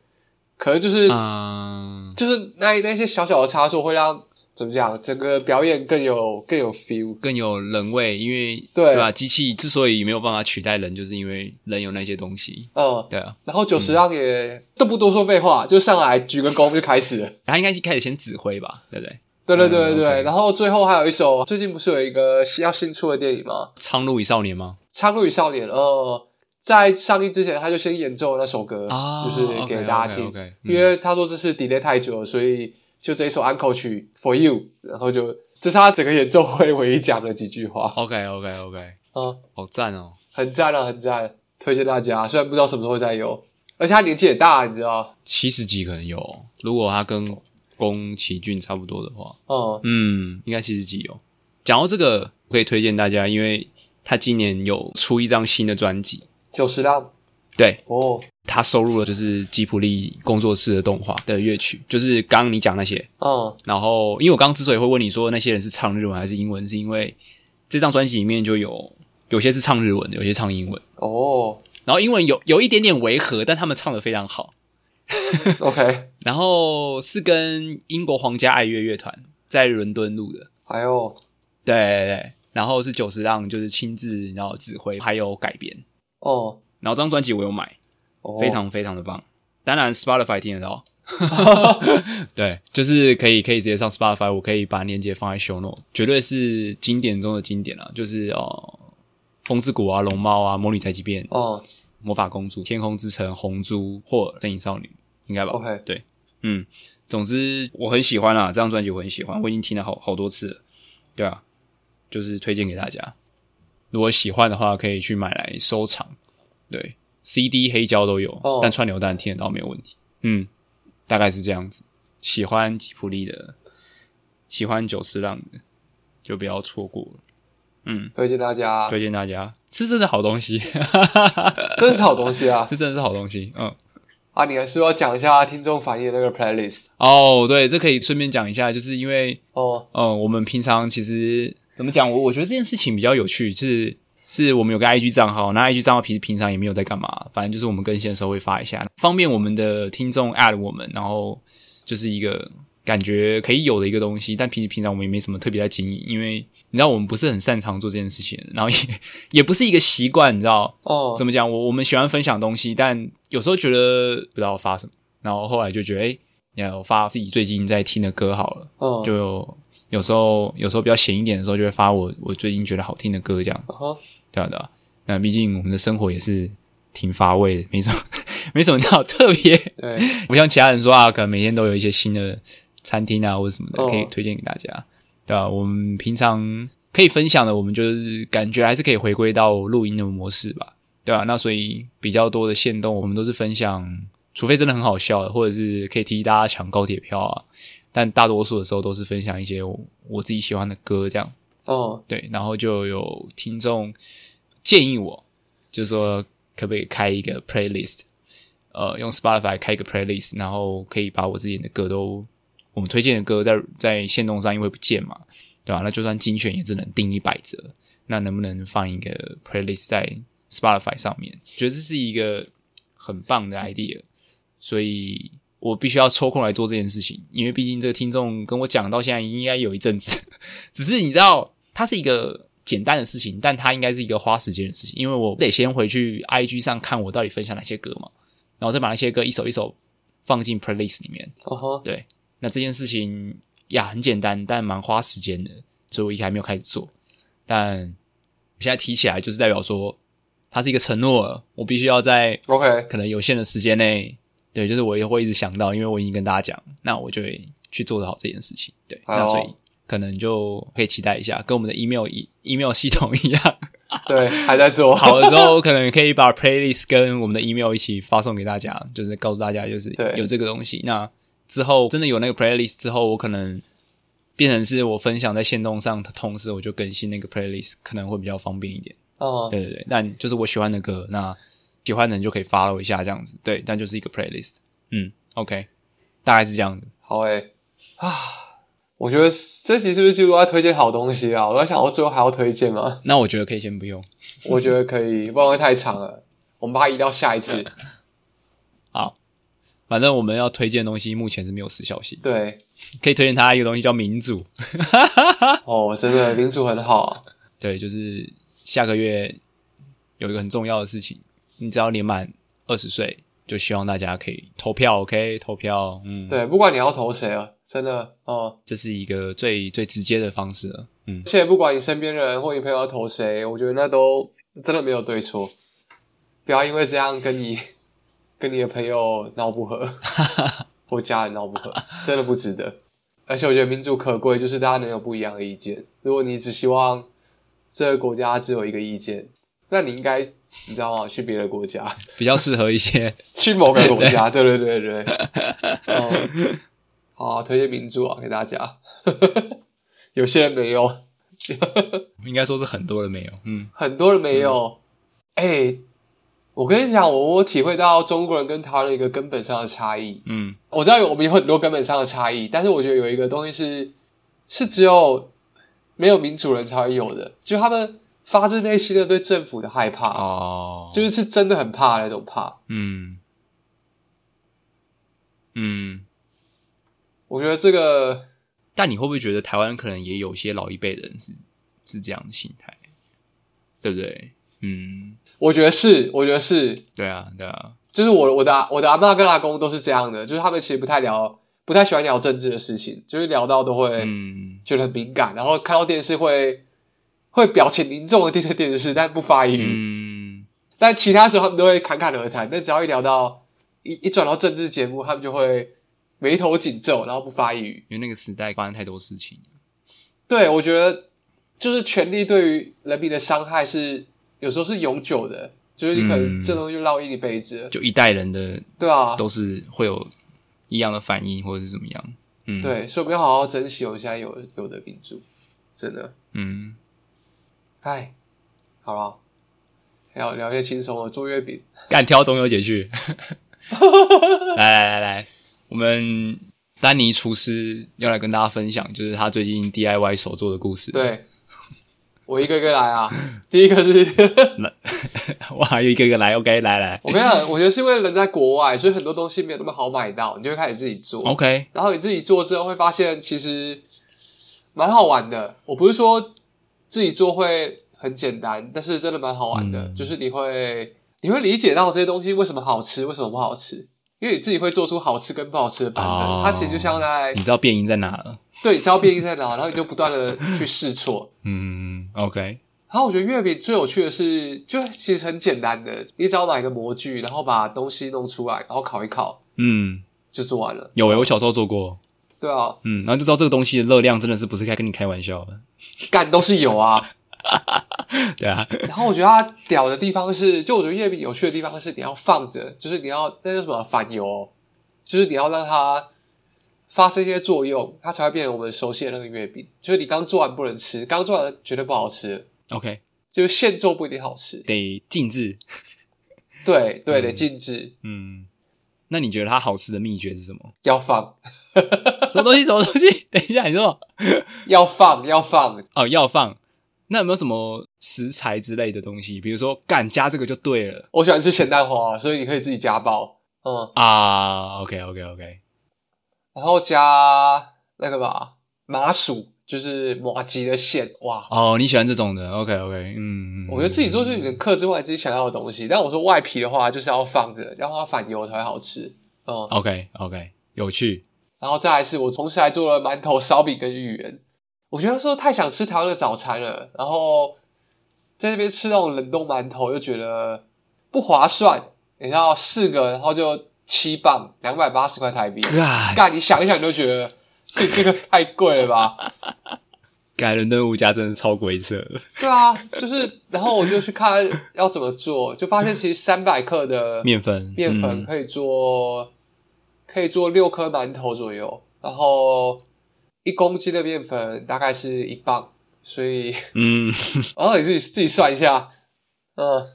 C: 可能就是、
B: 嗯
C: 就是那那些小小的差错会让怎么讲整个表演更有更有 feel。
B: 更有人味，因为
C: 对
B: 吧？机器之所以没有办法取代人，就是因为人有那些东西。
C: 嗯，
B: 对啊，
C: 然后九十让也、都不多说废话，就上来鞠个躬就开始了。
B: 他应该是开始先指挥吧，对不对？
C: 对对
B: 嗯
C: 对对对，
B: OK
C: 然后最后还有一首，最近不是有一个要新出的电影吗？
B: 《苍鹭与少年》吗？
C: 《苍鹭与少年》呃，在上映之前他就先演奏那首歌，
B: 啊
C: 就是给
B: OK，
C: 大家听
B: OK，OK，嗯
C: 因为他说这是 delay 太久了，所以就这一首安口曲 For You，然后就这是他整个演奏会唯一讲的几句话，
B: OK OK OK，
C: 嗯，
B: 好赞哦！
C: 很赞啊，很赞，推荐大家。虽然不知道什么时候再有，而且他年纪也大，你知道，
B: 七十集可能有哦，如果他跟宫崎骏差不多的话，
C: 嗯
B: 嗯，应该七十集有。讲到这个，我可以推荐大家，因为他今年有出一张新的专辑，
C: 九十浪
B: 对
C: 哦，
B: 他收录了就是吉普力工作室的动画的乐曲，就是刚刚你讲那些。
C: 嗯
B: 然后，因为我刚刚之所以会问你说那些人是唱日文还是英文，是因为这张专辑里面就有有些是唱日文的，有些唱英文。
C: 哦
B: 然后英文有有一点点违和，但他们唱的非常好。
C: ，OK，
B: 然后是跟英国皇家爱乐乐团在伦敦录的，
C: 还有
B: 对对对。然后是久石让就是亲自然后指挥，还有改编。
C: 哦，
B: 然后这张专辑我有买，
C: 哦
B: 非常非常的棒。当然 Spotify 听得到，对，就是可以可以直接上 Spotify，我可以把链接放在 show note，绝对是经典中的经典了、就是哦，《风之谷》啊，《龙猫》啊，《魔女宅急便》
C: 哦。
B: 魔法公主、天空之城、红猪或正义少女，应该吧
C: OK
B: 对，嗯，总之我很喜欢啦，这张专辑我很喜欢，我已经听了好好多次了，对啊，就是推荐给大家，如果喜欢的话可以去买来收藏，对，CD 黑胶都有
C: 哦
B: 但串流当然听得到没有问题，嗯，大概是这样子，喜欢吉普力的，喜欢九四浪的，就不要错过了，嗯，
C: 推荐大家，
B: 推荐大家，这真的好东西，
C: 真的是好东西啊！
B: 这真的是好东西，嗯。
C: 啊，你还是要讲一下听众反映那个 playlist
B: 哦，对，这可以顺便讲一下，就是因为，
C: 哦。
B: 呃，我们平常其实怎么讲，我我觉得这件事情比较有趣，就是是我们有个 IG 账号，那 IG 账号平平常也没有在干嘛，反正就是我们更新的时候会发一下，方便我们的听众 at 我们，然后就是一个感觉可以有的一个东西，但平平常我们也没什么特别在经营，因为你知道我们不是很擅长做这件事情，然后也也不是一个习惯，你知道，
C: 哦，
B: 怎么讲？我我们喜欢分享东西，但有时候觉得不知道发什么，然后后来就觉得，哎、要发自己最近在听的歌好了。
C: 哦，
B: 就有时候有时候比较闲一点的时候，就会发我我最近觉得好听的歌，这样
C: 啊哈
B: 对啊对啊。那毕竟我们的生活也是挺乏味的，没什么 没什么好 特别。
C: 对，
B: 不像其他人说啊，可能每天都有一些新的餐厅啊或者什么的
C: 哦
B: 可以推荐给大家，对吧、啊我们平常可以分享的，我们就是感觉还是可以回归到录音的模式吧，对吧、那所以比较多的线动，我们都是分享，除非真的很好笑的，或者是可以提大家抢高铁票啊。但大多数的时候都是分享一些我我自己喜欢的歌，这样
C: 哦，
B: 对。然后就有听众建议我，就说可不可以开一个 playlist，呃，用 Spotify 开一个 playlist，然后可以把我之前的歌都，我们推荐的歌在在线动上因为不见嘛，对吧、那就算精选也只能定一百折，那能不能放一个 playlist 在 Spotify 上面？觉得这是一个很棒的 idea，所以我必须要抽空来做这件事情，因为毕竟这个听众跟我讲到现在应该有一阵子，只是你知道，它是一个。简单的事情，但它应该是一个花时间的事情，因为我得先回去 IG 上看我到底分享哪些歌嘛。然后再把那些歌一首一首放进 playlist 里面。
C: 哦哈，
B: 对，那这件事情呀很简单，但蛮花时间的，所以我一开始没有开始做。但现在提起来，就是代表说它是一个承诺了，我必须要在
C: OK，
B: 可能有限的时间内，对，就是我也会一直想到，因为我已经跟大家讲，那我就会去做得好这件事情。对，
C: 好哦
B: 那所以可能就可以期待一下，跟我们的 email 一 email 系统一样。
C: 对，还在做，
B: 好了之后，可能可以把 playlist 跟我们的 email 一起发送给大家，就是告诉大家就是
C: 对
B: 有这个东西。那之后真的有那个 playlist 之后，我可能变成是我分享在线动上，同时我就更新那个 playlist，可能会比较方便一点。
C: 哦，
B: 对对对，那就是我喜欢的歌，那喜欢的人就可以 follow 一下这样子。对，但就是一个 playlist。嗯，OK，大概是这样子。
C: 好诶、啊，我觉得这集是不是记录要推荐好东西啊？我在想，我最后还要推 荐吗？
B: 那我觉得可以先不用。
C: 我觉得可以，不然会太长了。我们把它移到下一次。
B: 好，反正我们要推荐的东西目前是没有时效性，
C: 对，
B: 可以推荐他一个东西叫民主。
C: 哦，真的民主很好，
B: 对，就是下个月有一个很重要的事情，你只要年满二十岁，就希望大家可以投票，OK？投票，嗯，，
C: 对，不管你要投谁啊，真的哦、
B: 这是一个最最直接的方式了，嗯
C: 而，且不管你身边人或你朋友要投谁，我觉得那都真的没有对错，不要因为这样跟你 跟你的朋友闹不和，或家人闹不和，真的不值得。而且我觉得民主可贵，就是大家能有不一样的意见。如果你只希望这个国家只有一个意见，那你应该你知道吗？去别的国家。
B: 比较适合一些。
C: 去某个国家，对对对对。哦，好啊、推荐名著啊，给大家。 有些人没有，
B: 应该说是很多人没有，嗯，
C: 很多人没有。哎、我跟你讲，我我体会到中国人跟台湾人一个根本上的差异。
B: 嗯，
C: 我知道有我们有很多根本上的差异，但是我觉得有一个东西是是只有没有民主人才会有的，就他们发自内心的对政府的害怕，
B: 哦，
C: 就是是真的很怕那种怕。
B: 嗯，嗯，
C: 我觉得这个
B: 但你会不会觉得台湾可能也有些老一辈人是是这样的心态，对不对？嗯，
C: 我觉得是，我觉得是，
B: 对啊，对啊，
C: 就是我我的阿我的阿妈跟阿公都是这样的，就是他们其实不太聊，不太喜欢聊政治的事情，就是聊到都会
B: 嗯，
C: 觉得很敏感，然后看到电视会会表情凝重的盯着电视，但不发一语。
B: 嗯，
C: 但其他时候他们都会侃侃而谈，但只要一聊到一一转到政治节目，他们就会眉头紧皱，然后不发一语。
B: 因为那个时代发生太多事情，
C: 对我觉得就是权力对于人民的伤害是有时候是永久的，就是你可能
B: 嗯
C: 这东西就烙印一辈子了，
B: 就一代人的
C: 对啊，
B: 都是会有一样的反应或者是怎么样，嗯，，
C: 对，所以我们要好好珍惜我们现在有有的民主，真的。
B: 嗯，
C: 哎，好了，聊聊一些轻松的，做月饼。
B: 敢挑中秋节 去，来来来来，我们丹尼厨师要来跟大家分享，就是他最近 DIY 手做的故事，，
C: 对，我一个一个来啊。第一 个是，
B: 我还有一个一个来，OK，来来
C: 我跟你讲，我觉得是因为人在国外，所以很多东西没有那么好买到，你就会开始自己做。
B: ，OK，
C: 然后你自己做之后会发现其实蛮好玩的。我不是说自己做会很简单，但是真的蛮好玩的，
B: 嗯
C: 就是你会你会理解到这些东西为什么好吃，为什么不好吃。因为你自己会做出好吃跟不好吃的版本，
B: 哦
C: 它其实就像在
B: 你知道变音在哪了？
C: 对，你知道变异在哪，然后你就不断的去试错。
B: 嗯，OK，
C: 然后我觉得月饼最有趣的是，就其实很简单的，你只要买个模具，然后把东西弄出来，然后烤一烤
B: 嗯，
C: 就做完了。
B: 有、欸，我小时候做过，
C: 对啊，
B: 嗯，然后就知道这个东西的热量真的是不是该跟你开玩笑的，
C: 干都是有啊。
B: 对啊，
C: 然后我觉得它屌的地方是，就我觉得月饼有趣的地方是，你要放着，就是你要那叫什么反油哦，就是你要让它发生一些作用，它才会变成我们熟悉的那个月饼。就是你刚做完不能吃，刚做完绝对不好吃，
B: ，OK，
C: 就是现做不一定好吃。
B: 得静置，
C: 对对，得
B: 嗯
C: 禁止，
B: 嗯，那你觉得它好吃的秘诀是什么？
C: 要放。
B: 什么东西？什么东 西？等一下，你说
C: 要放要放，
B: 哦，要放。那有没有什么食材之类的东西？比如说，干加这个就对了
C: 我喜欢吃咸蛋花，所以你可以自己加爆，嗯，
B: 啊。OK OK OK，
C: 然后加那个吧，麻薯就是麻吉的馅，哇，
B: 哦，你喜欢这种的？OK OK，嗯，嗯
C: 我觉得自己做就是你能克制外自己想要的东西，但我说外皮的话就是要放着，要让它反油才会好吃，嗯，
B: OK OK，有 趣。
C: 然后再来是我同时还做了馒头、烧饼跟芋圆，我觉得那时候太想吃台湾的早餐了，然后在那边吃那种冷冻馒头又觉得不划算，你知道四个然后就七磅，两百八十块台币。
B: 干
C: 干，你想一想就觉得这这个太贵了吧？
B: 改伦敦物价真的是超鬼扯的。
C: 对啊，就是，然后我就去看要怎么做，就发现其实三百克的
B: 面粉，
C: 面粉
B: 嗯
C: 可以做，可以做六颗馒头左右，然后一公斤的面粉大概是一磅，所以，
B: 嗯，
C: 然后你自己自己算一下，嗯，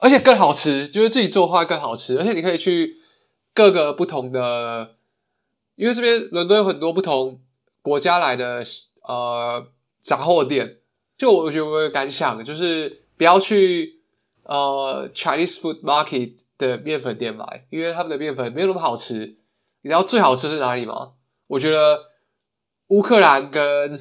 C: 而且更好吃，就是自己做的话更好吃，而且你可以去各个不同的，因为这边伦敦有很多不同国家来的呃杂货店，就我觉得我有感想就是不要去呃 Chinese food market 的面粉店买，因为他们的面粉没有那么好吃。你知道最好吃是哪里吗？我觉得乌克兰跟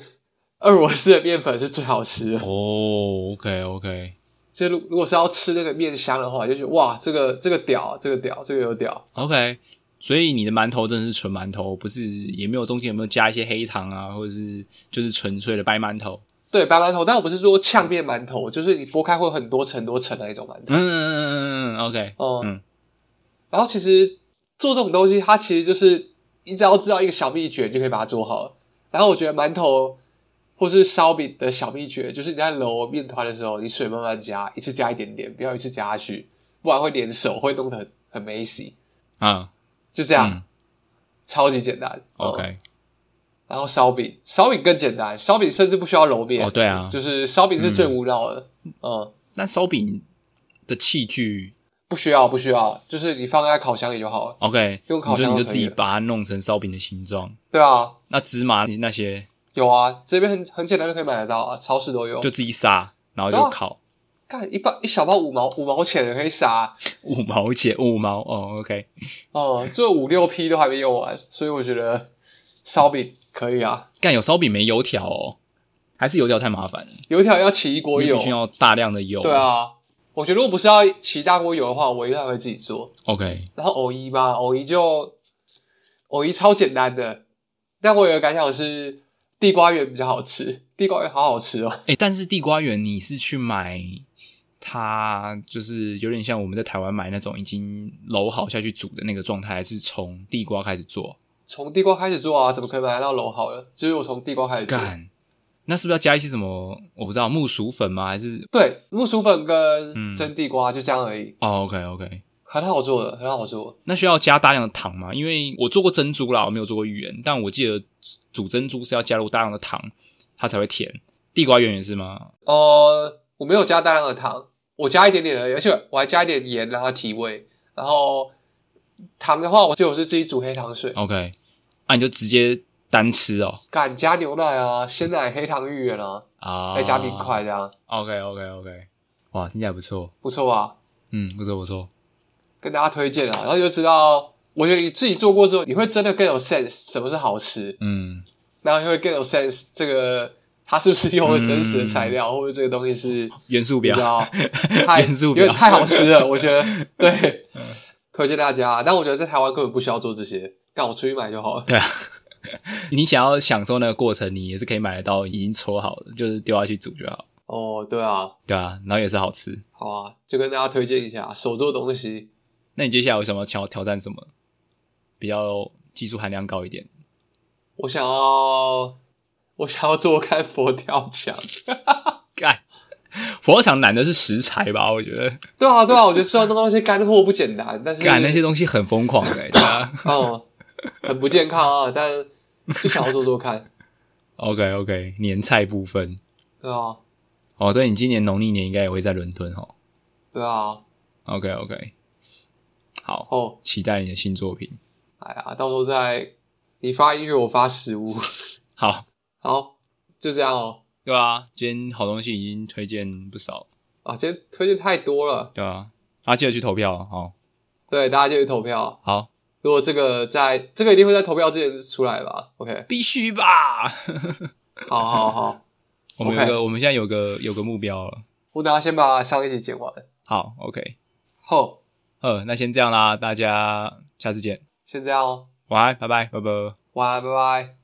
C: 俄罗斯的面粉是最好吃的。
B: 哦，OK OK，
C: 所以如如果是要吃那个面香的话，就觉得哇，这个这个屌，这个屌，这个有屌。
B: OK，所以你的馒头真的是纯馒头，不是也没有中间有没有加一些黑糖啊，或者是就是纯粹的白馒头。
C: 对，白馒头，但我不是说呛面馒头，就是你剥开会有很多层多层的那种馒头。
B: 嗯嗯嗯嗯嗯，OK，
C: 哦、
B: 嗯
C: 然后其实做这种东西，它其实就是你只要知道一个小秘诀，你就可以把它做好了。然后我觉得馒头或是烧饼的小秘诀，就是你在揉面团的时候，你水慢慢加，一次加一点点，不要一次加下去，不然会粘手，会弄得很很 messy。
B: 啊，
C: 就这样，
B: 嗯
C: 超级简单。哦
B: ，OK，
C: 然后烧饼，烧饼更简单，烧饼甚至不需要揉面。
B: 哦对啊
C: 就是烧饼是最无脑的。嗯，
B: 那烧饼的器具
C: 不需要，不需要，就是你放在烤箱里就好了。
B: ，OK，
C: 用烤
B: 你就
C: 箱
B: 你
C: 就
B: 就
C: 可以
B: 自己
C: 了
B: 把它弄成烧饼的形状。
C: 对啊，
B: 那芝麻那些
C: 有啊，这边很很简单就可以买得到啊，超市都有。
B: 就自己撒，然后
C: 对
B: 就
C: 啊
B: 烤。
C: 干一包一小包五毛五毛钱的可以撒，啊
B: 五毛钱，五毛哦，OK，
C: 哦、这五六批都还没用完，所以我觉得烧饼可以啊。
B: 干有烧饼没油条哦，还是油条太麻烦了，
C: 油条要起一锅
B: 因为
C: 油
B: 必，须要大量的油。
C: 对啊，我觉得如果不是要起大锅油的话，我一定会自己做。
B: ，OK，
C: 然后藕姨吧，藕姨就藕姨超简单的，但我有个感想是地瓜圆比较好吃，地瓜圆好好吃哦。
B: 哎、但是地瓜圆你是去买它，就是有点像我们在台湾买那种已经揉好下去煮的那个状态，还是从地瓜开始做？
C: 从地瓜开始做啊，怎么可能买得到楼好了？就是我从地瓜开始做。
B: 干，那是不是要加一些什么？我不知道木薯粉吗？还是
C: 对，木薯粉跟
B: 嗯
C: 蒸地瓜就这样而已，
B: 哦，OK OK，
C: 很好做的，很好做。
B: 那需要加大量的糖吗？因为我做过珍珠啦，我没有做过芋圆，但我记得煮珍珠是要加入大量的糖，它才会甜。地瓜圆也是吗？
C: 呃，我没有加大量的糖，我加一点点而已，而且我还加一点盐让它提味。然后糖的话，我就我是自己煮黑糖水，
B: OK，啊，你就直接单吃哦，
C: 敢加牛奶啊、鲜奶、黑糖芋圆啊，
B: 啊，
C: 再加冰块。这样，
B: OK OK OK，哇，听起来不错，
C: 不错吧？
B: 嗯，不错不错。
C: 跟大家推荐啊，然后就知道，我觉得你自己做过之后，你会真的更有 sense 什么是好吃，
B: 嗯，
C: 然后你会更有 sense 这个它是不是用了真实的材
B: 嗯
C: 料，或者这个东西是
B: 元素
C: 比
B: 表
C: 较太
B: 元素
C: 有
B: 表
C: 点太好吃了，我觉得对，
B: 嗯
C: 推荐大家。啊但我觉得在台湾根本不需要做这些，让我出去买就好 了。
B: 对啊。你想要享受那个过程，你也是可以买得到已经搓好的，就是丢下去煮就好，
C: 哦，对啊，
B: 对啊，然后也是好吃。
C: 好啊，就跟大家推荐一下手做东西。
B: 那你接下来有什么想要挑战什么比较技术含量高一点？
C: 我想要，我想要做看佛跳墙。
B: 干，佛跳墙难的是食材吧？我觉得
C: 对啊，对啊，我觉得虽然弄那些干货不简单，但是
B: 干那些东西很疯狂哎、对啊
C: 哦，很不健康啊，但就想要做做看，
B: OK OK，年菜部分
C: 对啊，
B: 哦，对你今年农历年应该也会在伦敦哦。
C: 对啊，
B: OK OK，好，
C: 哦，
B: 期待你的新作品。
C: 哎呀，到时候再你发音乐，我发食物，
B: 好，
C: 好，就这样哦。
B: 对啊，今天好东西已经推荐不少，
C: 啊，今天推荐太多了，
B: 对啊，啊，记得去投票哦。好，
C: 对，大家就去投票。啊
B: 好，
C: 如果这个在这个一定会在投票之前出来吧？OK，
B: 必须吧。
C: 好好好，
B: 我们有
C: OK
B: 个，我们现在有个有个目标了。
C: 我等下先把上一集剪完，
B: 好，OK，
C: 后
B: 呃，那先这样啦，大家下次见，
C: 先这样哦，
B: 晚安，拜拜，拜拜。
C: 晚安，拜拜。